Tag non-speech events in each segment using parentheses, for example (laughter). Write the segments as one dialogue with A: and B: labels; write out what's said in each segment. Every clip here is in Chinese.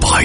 A: 百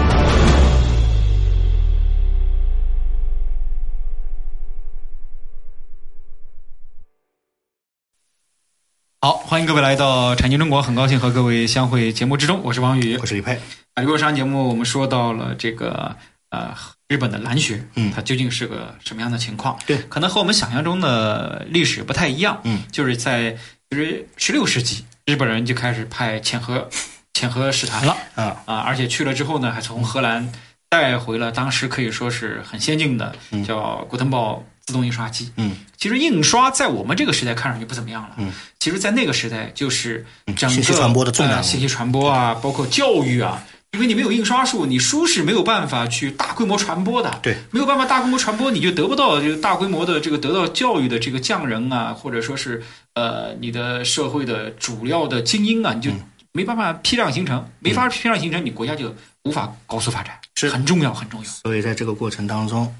B: 好，欢迎各位来到《产经中国》，很高兴和各位相会节目之中，我是王宇，
C: 我是李佩。
B: 啊，六上节目我们说到了这个呃日本的蓝学，
C: 嗯
B: 它究竟是个什么样的情况？
C: 对
B: 可能和我们想象中的历史不太一样，
C: 嗯，
B: 就是在就是十六世纪，日本人就开始派遣和遣和使团了
C: 啊，
B: 啊，而且去了之后呢，还从荷兰带回了当时可以说是很先进的
C: 嗯
B: 叫古腾堡自动印刷机，
C: 嗯，
B: 其实印刷在我们这个时代看上去不怎么样了，
C: 嗯，
B: 其实，在那个时代就是
C: 嗯
B: 整个、
C: 信息传播的重要
B: 呃信息传播啊，包括教育啊，因为你没有印刷术，你书是没有办法去大规模传播的，
C: 对，
B: 没有办法大规模传播，你就得不到这个大规模的这个得到教育的这个匠人啊，或者说是呃你的社会的主要的精英啊，你就没办法批量形成，没法批量形成，你国家就无法高速发展，
C: 是
B: 很重要，很重要，
C: 所以在这个过程当中，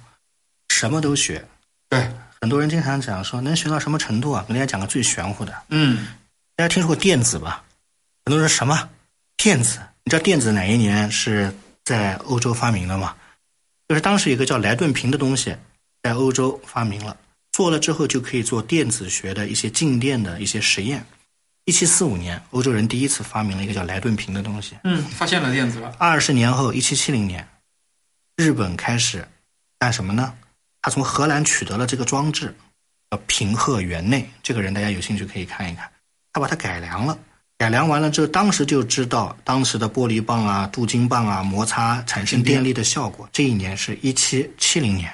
C: 什么都学。
B: 对，
C: 很多人经常讲说能学到什么程度啊？给大家讲个最玄乎的，
B: 嗯，
C: 大家听说过电子吧？很多人说什么电子？你知道电子哪一年是在欧洲发明的吗？就是当时有一个叫莱顿瓶的东西，在欧洲发明了，做了之后就可以做电子学的一些静电的一些实验。一七四五年，欧洲人第一次发明了一个叫莱顿瓶的东西。
B: 嗯，发现了电子了，
C: 二十年后，一七七零年，日本开始干什么呢？他从荷兰取得了这个装置，叫平贺园内。这个人大家有兴趣可以看一看。他把它改良了，改良完了之后，当时就知道当时的玻璃棒啊、镀金棒啊摩擦产生电力的效果。这一年是一七七零年，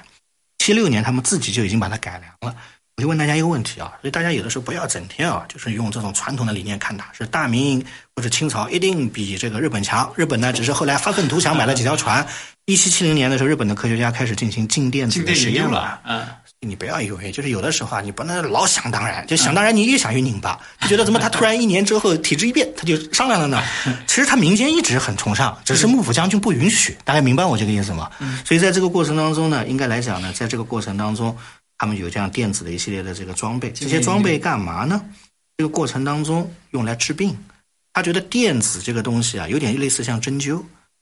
C: 七六年他们自己就已经把它改良了。我就问大家一个问题啊，所以大家有的时候不要整天啊，就是用这种传统的理念看它，是大明或者清朝一定比这个日本强。日本呢，只是后来发愤图强买了几条船。一七七零年的时候，日本的科学家开始进行静电子
B: 静
C: 的
B: 电
C: 实
B: 引
C: 验
B: 用了，嗯。
C: 你不要以为就是有的时候啊，你不能老想当然，就想当然你越想越拧巴，就觉得怎么他突然一年之后体制一变，他就商量了呢？其实他民间一直很崇尚，只是幕府将军不允许。大家明白我这个意思吗？所以在这个过程当中呢，应该来讲呢，在这个过程当中，他们有这样电子的一系列的这个装备，这些嗯装备干嘛呢？这个过程当中用来治病。他觉得电子这个东西啊，有点类似像针灸。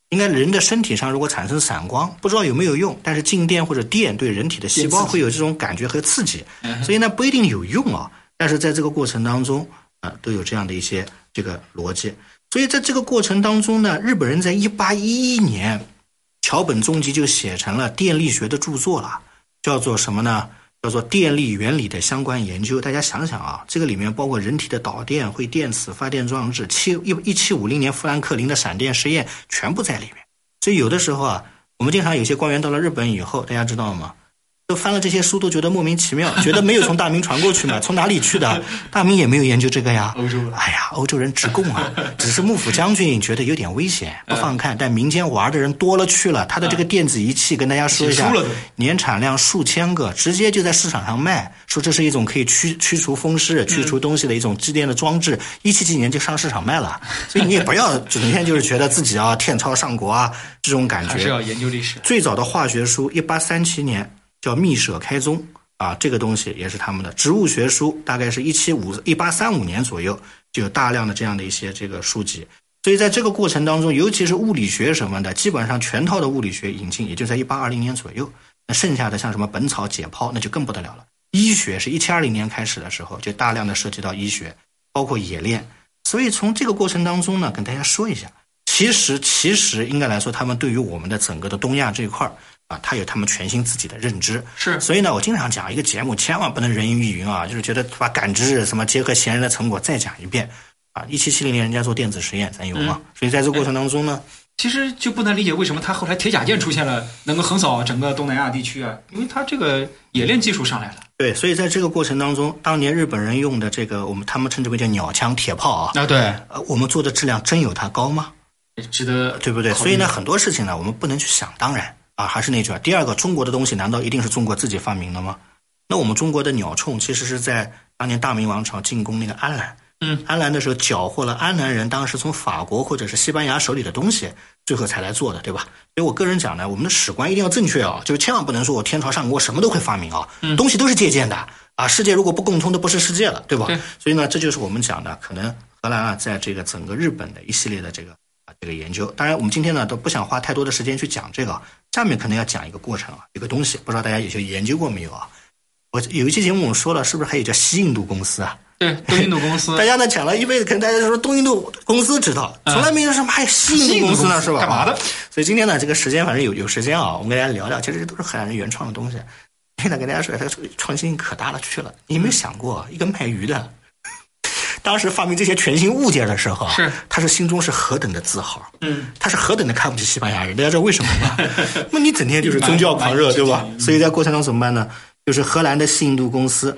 C: 应该人的身体上如果产生散光，不知道有没有用，但是静电或者电对人体的细胞
B: 电刺激
C: 会有这种感觉和刺激，所以呢不一定有用啊。但是在这个过程当中啊、都有这样的一些这个逻辑。所以在这个过程当中呢，日本人在一八一一年，桥本宗吉就写成了电力学的著作了，叫做什么呢？叫做电力原理的相关研究。大家想想啊，这个里面包括人体的导电、会电子、发电装置，七一一七五零年富兰克林的闪电实验全部在里面。所以有的时候啊，我们经常有些官员到了日本以后，大家知道吗？都翻了这些书，都觉得莫名其妙， (laughs) 觉得没有从大明传过去嘛，从哪里去
B: (laughs)
C: 的？大明也没有研究这个呀。
B: 欧洲了
C: 哎呀，欧洲人直供啊，只是幕府将军觉得有点危险，不
B: 嗯
C: 放看。但民间玩的人多了去了，他的这个电子仪器跟大家说一
B: 写
C: 下
B: 书了都，
C: 年产量数千个，直接就在市场上卖，说这是一种可以驱驱除风湿、去除东西的一种制电的装置，一七几年就上市场卖了。所以你也不要整天就是觉得自己啊天朝上国啊这种感
B: 还是
C: 觉。
B: 要研究历史，
C: 最早的化学书，一八三七年叫《密舍开宗》啊，这个东西也是他们的植物学书，大概是一七五一八三五年左右就有大量的这样的一些这个书籍。所以在这个过程当中，尤其是物理学什么的，基本上全套的物理学引进也就在一八二零年左右。那剩下的像什么《本草》《解剖》，那就更不得了了。医学是一七二零年开始的时候，就大量的涉及到医学，包括冶炼。所以从这个过程当中呢，跟大家说一下，其实其实应该来说，他们对于我们的整个的东亚这一块儿啊，他有他们全新自己的认知。
B: 是
C: 所以呢，我经常讲一个节目，千万不能人云亦云啊，就是觉得把感知什么结合前人的成果再讲一遍。啊，一七七零年人家做电子实验，咱有嘛？所以在这过程当中呢，
B: 其实就不难理解为什么他后来铁甲舰出现了，能够横扫整个东南亚地区啊，因为他这个冶炼技术上来了。
C: 对，所以在这个过程当中，当年日本人用的这个我们他们称之为叫鸟枪铁炮啊，
B: 啊，对，
C: 呃，我们做的质量真有它高吗？
B: 值得
C: 对不对？
B: 考虑
C: 所以呢，，很多事情呢，我们不能去想当然啊。还是那句啊，第二个，中国的东西难道一定是中国自己发明的吗？那我们中国的鸟铳其实是在当年大明王朝进攻那个安澜，
B: 嗯，
C: 安澜的时候缴获了安澜人当时从法国或者是西班牙手里的东西，最后才来做的，对吧？所以我个人讲呢，我们的史观一定要正确啊，就是千万不能说我天朝上国什么都会发明啊，东西都是借鉴的啊，世界如果不共通，都不是世界了，对吧？
B: 对
C: 所以呢，这就是我们讲的，可能荷兰啊，在这个整个日本的一系列的这个啊这个研究。当然，我们今天呢都不想花太多的时间去讲这个啊，下面可能要讲一个过程啊，一个东西，不知道大家有些研究过没有啊？我有一期节目我说了，是不是还有叫西印度公司啊？
B: 对东印度公司
C: (laughs)
B: 嗯
C: 大家呢讲了一辈子，可能大家就说东印度公司知道，从来没有什么还有西印度公司呢，是吧？
B: 干嘛的？
C: 所以今天呢，这个时间反正有有时间啊，我们跟大家聊聊，其实这都是荷兰人原创的东西。现在跟大家说，它哎这个创新可大了去了。你有没有想过啊，一个卖鱼
B: (laughs)
C: 的，当时发明这些全新物件的时候啊，
B: 是
C: 他是心中是何等的自豪，
B: 嗯，
C: 他是何等的看不起西班牙人，大家知道为什么吗？那你整天就是宗教狂热，对吧？所以在过程中怎么办呢？就是荷兰的西印度公司，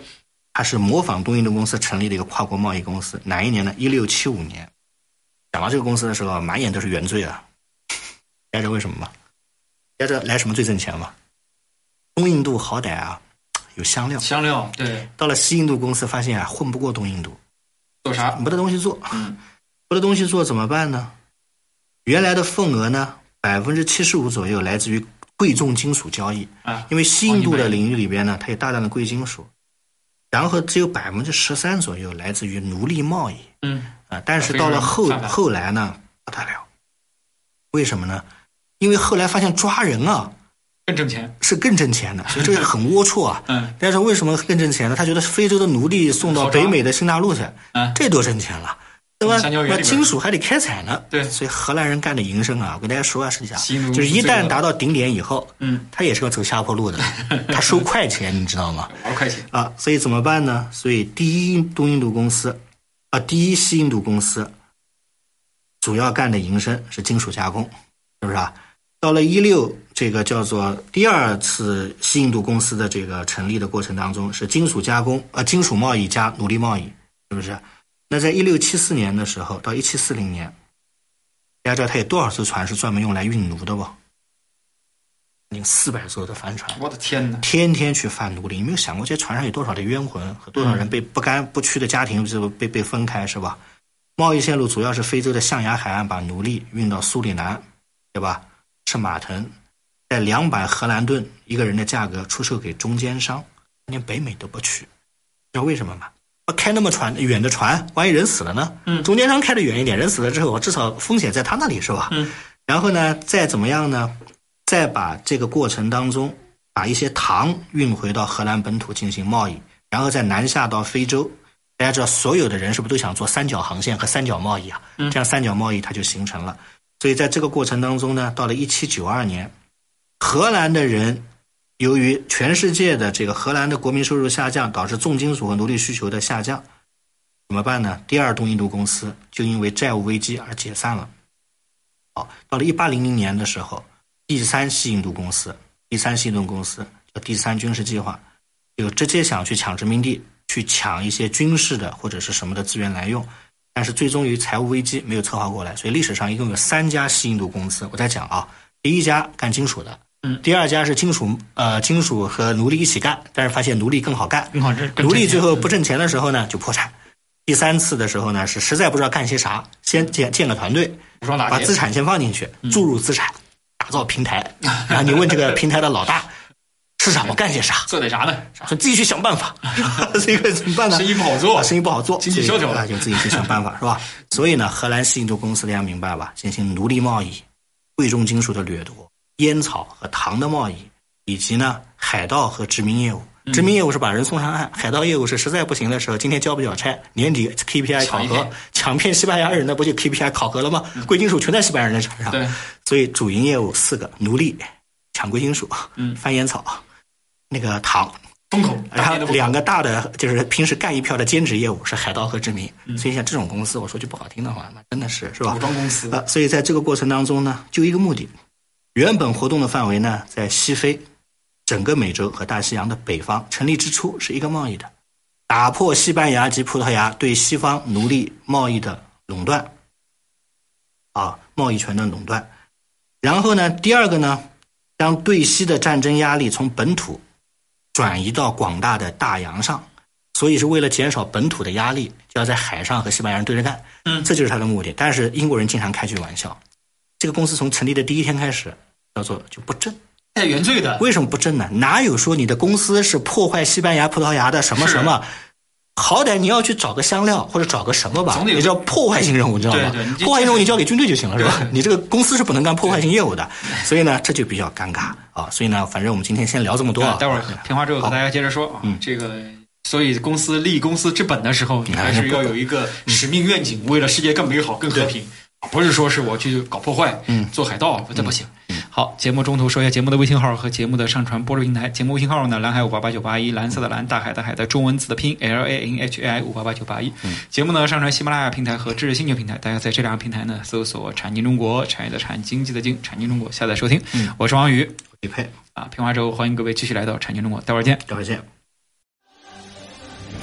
C: 它是模仿东印度公司成立的一个跨国贸易公司，哪一年呢？一六七五年。讲到这个公司的时候，满眼都是原罪啊！大家知道为什么吗？大家知道来什么最挣钱吗？东印度好歹啊有香料，
B: 香料，对，
C: 到了西印度公司发现啊混不过东印度，
B: 做啥？
C: 啊没得东西做，
B: 嗯
C: 没得东西做怎么办呢？原来的份额呢，百分之七十五左右来自于贵重金属交易，
B: 啊，
C: 因为西印度的领域里边呢，它有大量的贵金属，然后只有百分之十三左右来自于奴隶贸易
B: 嗯，
C: 啊。但是到了后
B: 非常泛滥
C: 后来呢，不得了，为什么呢？因为后来发现抓人啊
B: 更挣钱，
C: 是更挣钱的，所以这个很龌龊啊。
B: 嗯
C: 但是为什么更挣钱呢？他觉得非洲的奴隶送到
B: 好抓
C: 北美的新大陆去，
B: 嗯，
C: 这多挣钱了，对吧
B: 嗯香蕉？园里
C: 那
B: 边
C: 金属还得开采呢。
B: 对
C: 所以荷兰人干的营生啊，我跟大家说啊，实际上
B: 西奴
C: 就是一
B: 是这
C: 旦
B: 个
C: 达到顶点以后，
B: 嗯，
C: 他也是要走下
B: (laughs)
C: 坡路的，他收快钱，你知道吗？
B: 玩快钱，
C: 啊，所以怎么办呢？所以第一东印度公司，啊，第一西印度公司，主要干的营生是金属加工，是不是啊？到了一六这个叫做第二次西印度公司的这个成立的过程当中，是金属加工，呃，金属贸易加奴隶贸易，是不是？那在一六七四年的时候到一七四零年，大家知道它有多少艘船是专门用来运奴的不？有四百艘的帆船。
B: 我的天哪！
C: 天天去贩奴隶，你没有想过这船上有多少的冤魂和多少人被不甘不屈的家庭就被被分开是吧？贸易线路主要是非洲的象牙海岸把奴隶运到苏里南，对吧？是马腾，在两百荷兰盾一个人的价格出售给中间商，连北美都不去，知道为什么吗？我开那么船远的船，万一人死了呢？
B: 嗯
C: 中间商开的远一点，人死了之后，至少风险在他那里是吧？
B: 嗯，
C: 然后呢，再怎么样呢？再把这个过程当中，把一些糖运回到荷兰本土进行贸易，然后再南下到非洲。大家知道，所有的人是不是都想做三角航线和三角贸易啊？
B: 嗯
C: 这样三角贸易它就形成了。所以在这个过程当中呢，到了一七九二年，荷兰的人由于全世界的这个荷兰的国民收入下降，导致重金属和奴隶需求的下降，怎么办呢？第二东印度公司就因为债务危机而解散了。好，到了一八零零年的时候，第三西印度公司，第三西印度公司叫第三军事计划，有直接想去抢殖民地，去抢一些军事的或者是什么的资源来用，但是最终于财务危机没有策划过来，所以历史上一共有三家西印度公司。我在讲啊，第一家干金属的，
B: 嗯
C: 第二家是金属呃金属和奴隶一起干，但是发现奴隶更嗯好干，
B: 更好挣，更
C: 奴
B: 挣
C: 隶
B: 钱
C: 最后不挣钱的时候呢就破产。第三次的时候呢是实在不知道干些啥，先建建个团队，
B: 武装打
C: 把
B: 劫
C: 资产先放进去，注入资产，打造平台。然后你问这个平台的老大，市场我干些啥？
B: 做点啥呢？
C: 说自己去想办 (laughs) 法，这个怎么办呢？
B: 生意不好做
C: 啊生意不好做，
B: 经济萧条
C: 所以啊，就自己去想办法，
B: (laughs)
C: 是吧？所以呢，荷兰西印度公司大家明白吧？进行奴隶贸易、贵重金属的掠夺、烟草和糖的贸易，以及呢海盗和殖民业务。
B: 嗯
C: 殖民业务是把人送上岸，海盗业务是实在不行的时候，今天交不了差，年底 KPI 考
B: 抢一
C: 核
B: 遍，嗯
C: 抢骗西班牙人的不就 KPI 考核了吗？贵金属全在西班牙人的船上，
B: 对，
C: 所以主营业务四个：奴隶、抢贵金属、
B: 嗯
C: 翻烟草、那个糖、
B: 风口，
C: 然
B: 大
C: 后
B: 年的风口
C: 两个大的就是平时干一票的兼职业务是海盗和知名，所以像这种公司，我说句不好听的话，那真的是是吧？
B: 武装公司
C: 啊，所以在这个过程当中呢，就一个目的，原本活动的范围呢，在西非、整个美洲和大西洋的北方。成立之初是一个贸易的，打破西班牙及葡萄牙对西方奴隶贸易的垄断，啊，贸易权的垄断。然后呢，第二个呢，将对西的战争压力从本土转移到广大的大洋上。所以是为了减少本土的压力，就要在海上和西班牙人对着干。
B: 嗯
C: 这就是他的目的。但是英国人经常开句玩笑，这个公司从成立的第一天开始叫做就不正。
B: 带原罪的，
C: 为什么不正呢？哪有说你的公司是破坏西班牙、葡萄牙的什么什么？好歹你要去找个香料或者找个什么吧，
B: 总得有
C: 你叫破坏性任务，你知道吗？
B: 对对你这
C: 破坏性任务你交给军队就行了，是吧
B: 对？
C: 你这个公司是不能干破坏性业务的，所以呢，这就比较尴尬啊。所以呢，反正我们今天先聊这么多啊嗯
B: 啊。待会儿片花之后和大家接着说啊，这个。所以，公司立公司之本的时候，
C: 哎
B: 你还是要有一个
C: 嗯
B: 使命愿景，为了世界更美好、更和平，啊不是说是我去搞破坏、
C: 嗯
B: 做海盗，这不行。好，节目中途说一下节目的微信号和节目的上传播出平台。节目微信号呢，蓝海五八八九八一，蓝色的蓝，大海的海的中文字的拼 L A N H A I 五八八九八一。
C: 嗯
B: 节目呢上传喜马拉雅平台和知识星球平台，大家在这两个平台呢搜索“产经中国”，产业的产，经济的经，产经中国下载收听。
C: 嗯
B: 我是王宇，
C: 李佩，
B: 啊，平花之后，欢迎各位继续来到产经中国，待会儿见。
C: 待会儿见。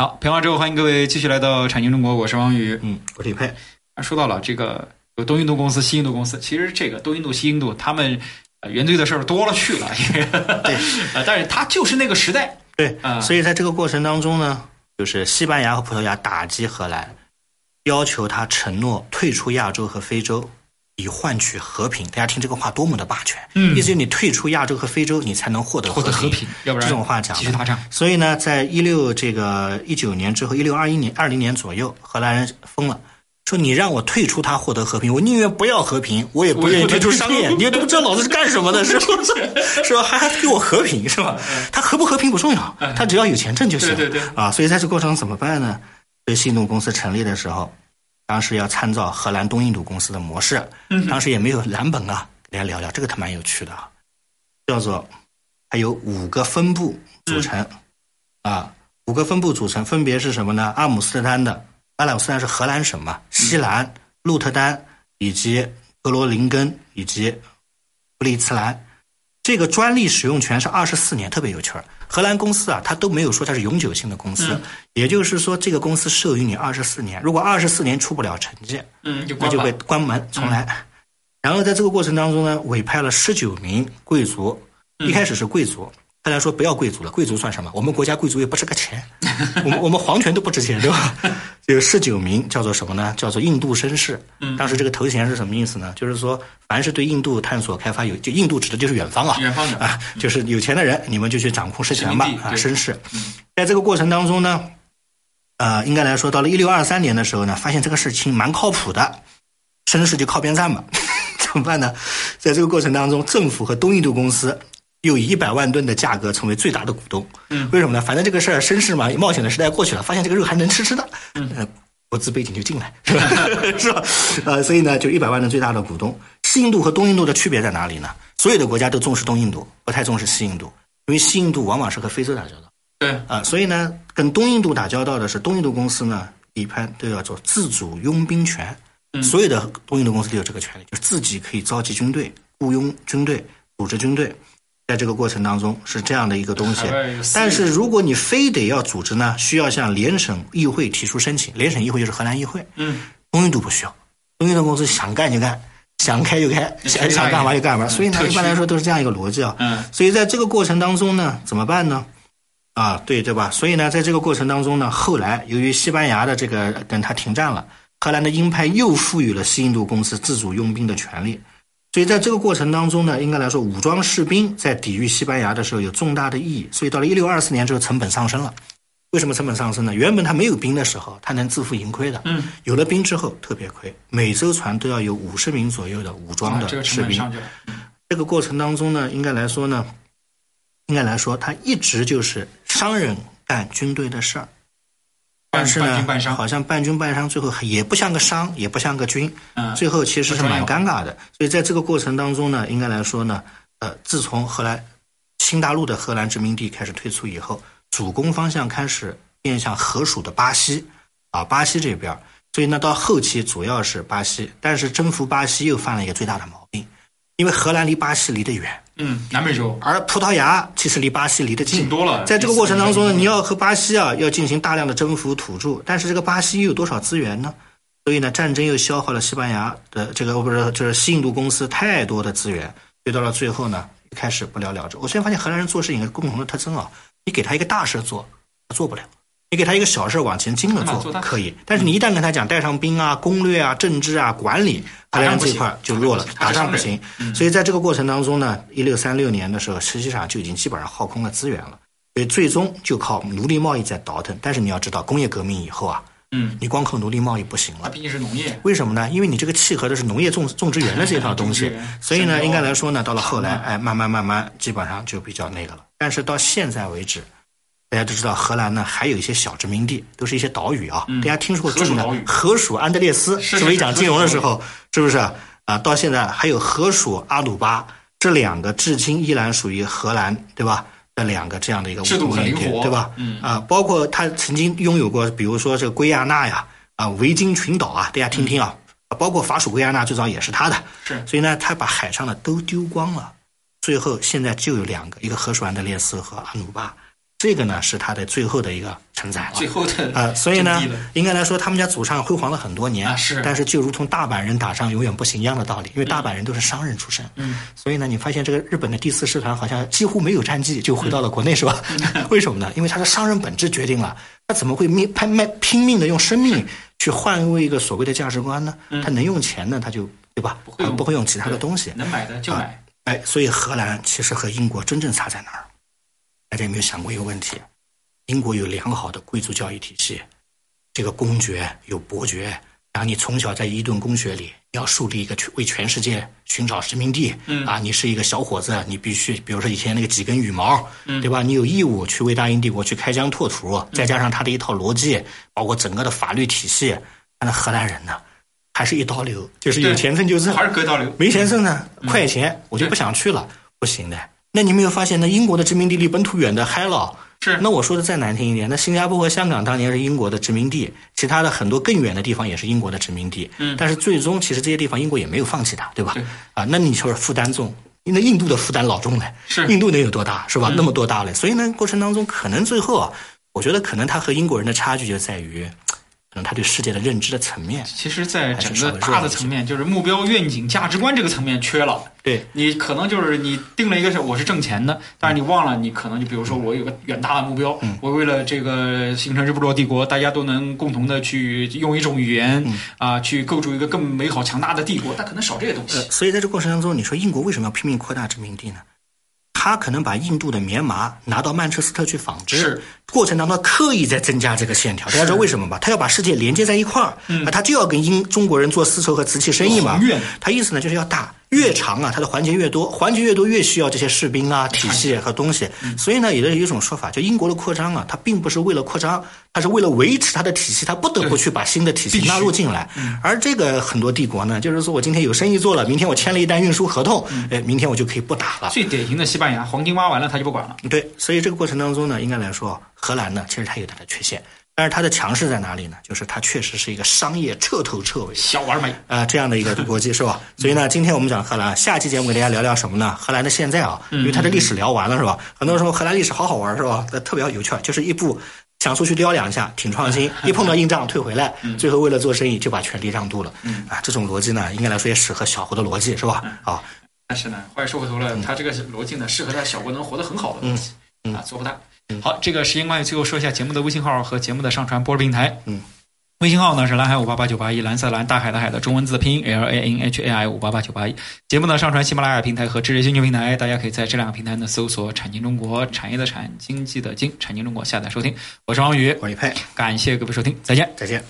B: 好，平花之后，欢迎各位继续来到产经中国，我是王宇。
C: 嗯，我是李佩。
B: 啊说到了这个有东印度公司、西印度公司，其实这个东印度、西印度他们呃原罪的事儿多了去了，对， (laughs) 呃，但是他就是那个时代，
C: 对
B: 啊，
C: 所以在这个过程当中呢，就是西班牙和葡萄牙打击荷兰，要求他承诺退出亚洲和非洲，以换取和平。大家听这个话多么的霸权！
B: 嗯
C: 意思就是你退出亚洲和非洲，你才能获得
B: 获得和
C: 和
B: 平要不然
C: 这种话讲的
B: 继续打仗
C: 所以呢，在一六这个一九年之后，一六二一年、二零年左右，荷兰人疯了。说你让我退出他获得和平，我宁愿不要和平，我也不愿意
B: 我也不
C: 退
B: 能
C: 出商业。你都不知道老子是干什么的，是吧？
B: (laughs)
C: 是吧？还还给我和平，是吧？
B: 嗯
C: 他和不和平不重要，他只要有钱挣就行。
B: 对对对
C: 啊，所以在这过程怎么办呢？所以信度公司成立的时候，当时要参照荷兰东印度公司的模式，
B: 嗯
C: 当时也没有蓝本啊，给大家聊聊这个，他蛮有趣的啊，叫做它有五个分部
B: 嗯
C: 组成，啊，五个分部组成分别是什么呢？阿姆斯特丹的，阿姆斯特丹是荷兰省
B: 嗯
C: 嘛，西兰、鹿特丹以及格罗林根以及布利茨兰。这个专利使用权是二十四年，特别有趣儿。荷兰公司啊，它都没有说它是永久性的公司，也就是说，这个公司授予你二十四年，如果二十四年出不了成绩，
B: 嗯，就
C: 那
B: 关嗯
C: 就
B: 吧
C: 会关门重来。然后在这个过程当中呢，委派了十九名贵族，
B: 嗯
C: 一开始是贵族。大家说不要贵族了，贵族算什么？我们国家贵族也不值个钱， (laughs) 我们我们皇权都不值钱，
B: (laughs)
C: 对吧？有十九名叫做什么呢？叫做印度绅士。
B: 嗯
C: 当时这个头衔是什么意思呢？就是说，凡是对印度探索开发有，就印度指的就是远方啊，
B: 远方的
C: 啊，就是有钱的人，你们就去掌控实权吧
B: 殖民，地
C: 啊，
B: 对嗯
C: 绅士。在这个过程当中呢，呃，应该来说，到了一六二三年的时候呢，发现这个事情蛮靠谱的，绅士就靠边站吧。 (laughs) 怎么办呢？在这个过程当中，政府和东印度公司又以一百万吨的价格成为最大的股东。嗯，为什么呢？反正这个事儿绅士嘛，冒险的时代过去了，发现这个肉还能吃吃的，嗯、呃，国资背景就进来，是 (laughs) 吧？是吧？呃，所以呢，就一百万吨最大的股东。西印度和东印度的区别在哪里呢？所有的国家都重视东印度，不太重视西印度，因为西印度往往是和非洲打交道。
B: 对，
C: 啊，所以呢，跟东印度打交道的是东印度公司呢，一般都要做自主佣兵权，所有的东印度公司都有这个权利，就是自己可以召集军队、雇佣军队、组织军队。在这个过程当中是这样的一个东西
B: 海外有，私
C: 但是如果你非得要组织呢，需要向联省议会提出申请，联省议会就是荷兰议会，
B: 嗯，
C: 东印度不需要，东印度公司想干就干，想开就开，
B: 随便
C: 想想干嘛就干嘛，
B: 嗯
C: 所以呢
B: 特，区
C: 一般来说都是这样一个逻辑啊。
B: 嗯
C: 所以在这个过程当中呢，怎么办呢？啊，对对吧？所以呢，在这个过程当中呢，后来由于西班牙的这个等它停战了，荷兰的鹰派又赋予了西印度公司自主佣兵的权利。所以在这个过程当中呢，应该来说，武装士兵在抵御西班牙的时候有重大的意义。所以到了一六二四年之后，成本上升了，为什么成本上升呢？原本它没有兵的时候，它能自负盈亏的。
B: 嗯，
C: 有了兵之后特别亏，每艘船都要有五十名左右的武装
B: 啊这
C: 的
B: 个
C: 士
B: 成本
C: 兵。
B: 上去了，
C: 这个过程当中呢，应该来说呢，应该来说，它一直就是商人干军队的事儿，但
B: 半
C: 是
B: 半
C: 呢
B: 斤，半商，
C: 好像半军半商，最后也不像个商，也不像个军，
B: 嗯，
C: 最后其实是蛮
B: 不专
C: 尴尬的。所以在这个过程当中呢，应该来说呢，呃，自从荷兰新大陆的荷兰殖民地开始退出以后，主攻方向开始面向荷属的巴西啊，巴西这边儿。所以呢，到后期主要是巴西，但是征服巴西又犯了一个最大的毛病，因为荷兰离巴西离得远，
B: 嗯，南美洲
C: 而葡萄牙其实离巴西离得近
B: 近。多了。
C: 在这个过程当中呢，你
B: 要
C: 要和巴西啊要进行大量的征服土著，但是这个巴西又有多少资源呢？所以呢，战争又消耗了西班牙的这个哦不是就是西印度公司太多的资源，所以到了最后呢，开始不了了之。我现在发现荷兰人做事情有一个共同的特征啊，你给他一个大事做，他做不了。你给他一个小事往前进了
B: 他把
C: 做
B: 做大
C: 可以，但是你一旦跟他讲带上兵啊、攻略啊、政治啊、管理，荷兰人这一块儿就弱了，打
B: 打
C: 仗
B: 仗
C: 不
B: 不
C: 行
B: 行。
C: 所以在这个过程当中呢，一六三六年的时候，实际上就已经基本上耗空了资源了，所以最终就靠奴隶贸易在倒腾。但是你要知道，工业革命以后啊，
B: 嗯，
C: 你光靠奴隶贸易不行
B: 它
C: 了。
B: 毕竟是农业，
C: 为什么呢？因为你这个契合的是农业种种植园的这套东
B: 种
C: 西
B: 植园，
C: 所以
B: 生
C: 呢，
B: 牛
C: 应该来说呢，到了后来，
B: 哦嗯
C: 哎，慢慢慢慢，基本上就比较那个了。但是到现在为止，大家都知道荷兰呢还有一些小殖民地，都是一些岛屿啊。大家听说过著名
B: 嗯荷属岛
C: 的
B: 屿
C: 荷属安德烈斯，
B: 是是
C: 是不是一讲
B: 是
C: 金融的时候，是不是啊？到现在还有荷属阿鲁巴这两个，至今依然属于荷兰，对吧？这两个这样的一个
B: 制度很
C: 文
B: 灵
C: 明
B: 活
C: 对吧？
B: 嗯
C: 啊，包括他曾经拥有过，比如说这个圭亚那呀，啊，维京群岛啊，大家听听啊，啊包括法属圭亚那最早也是他的，
B: 嗯是
C: 所以呢，他把海上的都丢光了，最后现在就有两个，一个荷属安德烈斯和阿努巴，这个呢是他的最后的一个承载了。
B: 最后的
C: 啊、所以呢
B: 阵地了，
C: 应该来说，他们家祖上辉煌了很多年，
B: 啊是
C: 但是就如同大阪人打仗永远不行一样的道理，因为大阪人都是商人出身，
B: 嗯，
C: 所以呢，你发现这个日本的第四师团好像几乎没有战绩，就回到了国内，是吧？
B: 嗯
C: (laughs) 为什么呢？因为他的商人本质决定了他怎么会命拼卖拼命的用生
B: 嗯
C: 命去换位一个所谓的价值观呢？他能用钱呢，他就对吧？
B: 会
C: 他
B: 用
C: 不会用其他的东西，
B: 能买的就买，
C: 哎，所以荷兰其实和英国真正差在哪儿？大家有没有想过一个问题？英国有良好的贵族教育体系，这个公爵有伯爵，然后你从小在伊顿公学里要树立一个全为全世界寻找殖民地，
B: 嗯
C: 啊，你是一个小伙子，你必须，比如说以前那个几根羽毛，
B: 嗯
C: 对吧？你有义务去为大英帝国去开疆拓土，再加上他的一套逻辑，包括整个的法律体系，那荷兰人呢，还是一刀流，就是有
B: 对
C: 钱挣就挣，
B: 还是隔道流，
C: 没钱挣呢，
B: 嗯
C: 快钱我就不想去了，不行的。那你没有发现，那英国的殖民地离本土远的嗨了？
B: 是
C: 那我说的再难听一点，那新加坡和香港当年是英国的殖民地，其他的很多更远的地方也是英国的殖民地。嗯。但是最终，其实这些地方英国也没有放弃它，对吧？
B: 对
C: 啊，那你说负担重，那印度的负担老重了。
B: 是嗯
C: 印度能有多大，是吧？那么多大了，所以呢，过程当中可能最后啊，我觉得可能他和英国人的差距就在于，可能他对世界的认知的层面。
B: 其实，在整
C: 还是稍
B: 个
C: 微弱
B: 大
C: 一
B: 的
C: 些
B: 层面，就是目标、愿景、价值观这个层面缺了。
C: 对，
B: 你可能就是你定了一个是我是挣钱的，但是你忘了你可能就比如说我有个远大的目标，
C: 嗯
B: 我为了这个形成日不落帝国，大家都能共同的去用一种语言
C: 嗯
B: 啊、去构筑一个更美好强大的帝国，但可能少这些东西。
C: 所以在这过程当中，你说英国为什么要拼命扩大殖民地呢？他可能把印度的棉麻拿到曼彻斯特去纺织，
B: 是
C: 过程当中刻意在增加这个线条。大家知道为什么吧？他要把世界连接在一块儿，啊，他就要跟英中国人做丝绸和瓷器生意
B: 嗯哦
C: 嘛
B: 有宏愿。
C: 他意思呢就是要大，越长啊，它的环节越多，环节越多越需要这些士兵啊、体系和东西。
B: 嗯
C: 所以呢，有的有一种说法，就英国的扩张啊，它并不是为了扩张，它是为了维持它的体系，它不得不去把新的体系
B: 必须
C: 纳入进来。而这个很多帝国呢，就是说我今天有生意做了，明天我签了一单运输合同，哎，明天我就可以不打了。
B: 最典型的西班牙，黄金挖完了他就不管了，
C: 对，所以这个过程当中呢，应该来说，荷兰呢，其实它有它的缺陷，但是它的强势在哪里呢？就是它确实是一个商业彻头彻尾
B: 小而美。
C: 啊、这样的一个国际是吧？所以呢，今天我们讲荷兰，啊下期节目给大家聊聊什么呢？荷兰的现在啊，因为它的历史聊完了是吧？很多人说荷兰历史好好玩是吧？那特别有趣儿，就是一步想出去撩两下，挺创新，一碰到硬仗退回来，最后为了做生意就把权力让渡了。啊，这种逻辑呢，应该来说也适合小胡的逻辑是吧？啊，
B: 但是呢，话又说回头了，他这个逻辑呢，适合在小国能活得很好的东西、啊，做不大。好，这个时间关系，最后说一下节目的微信号和节目的上传播出平台。
C: 嗯，
B: 微信号呢是蓝海五八八九八一，蓝色蓝大海的海的中文字的拼音 L A N H A I 五八八九八一。节目呢上传喜马拉雅平台和知识星球平台，大家可以在这两个平台呢搜索“产经中国”，产业的产，经济的经，产经中国下载收听。我是王宇，
C: 我是李佩，
B: 感谢各位收听，再见。
C: 再见。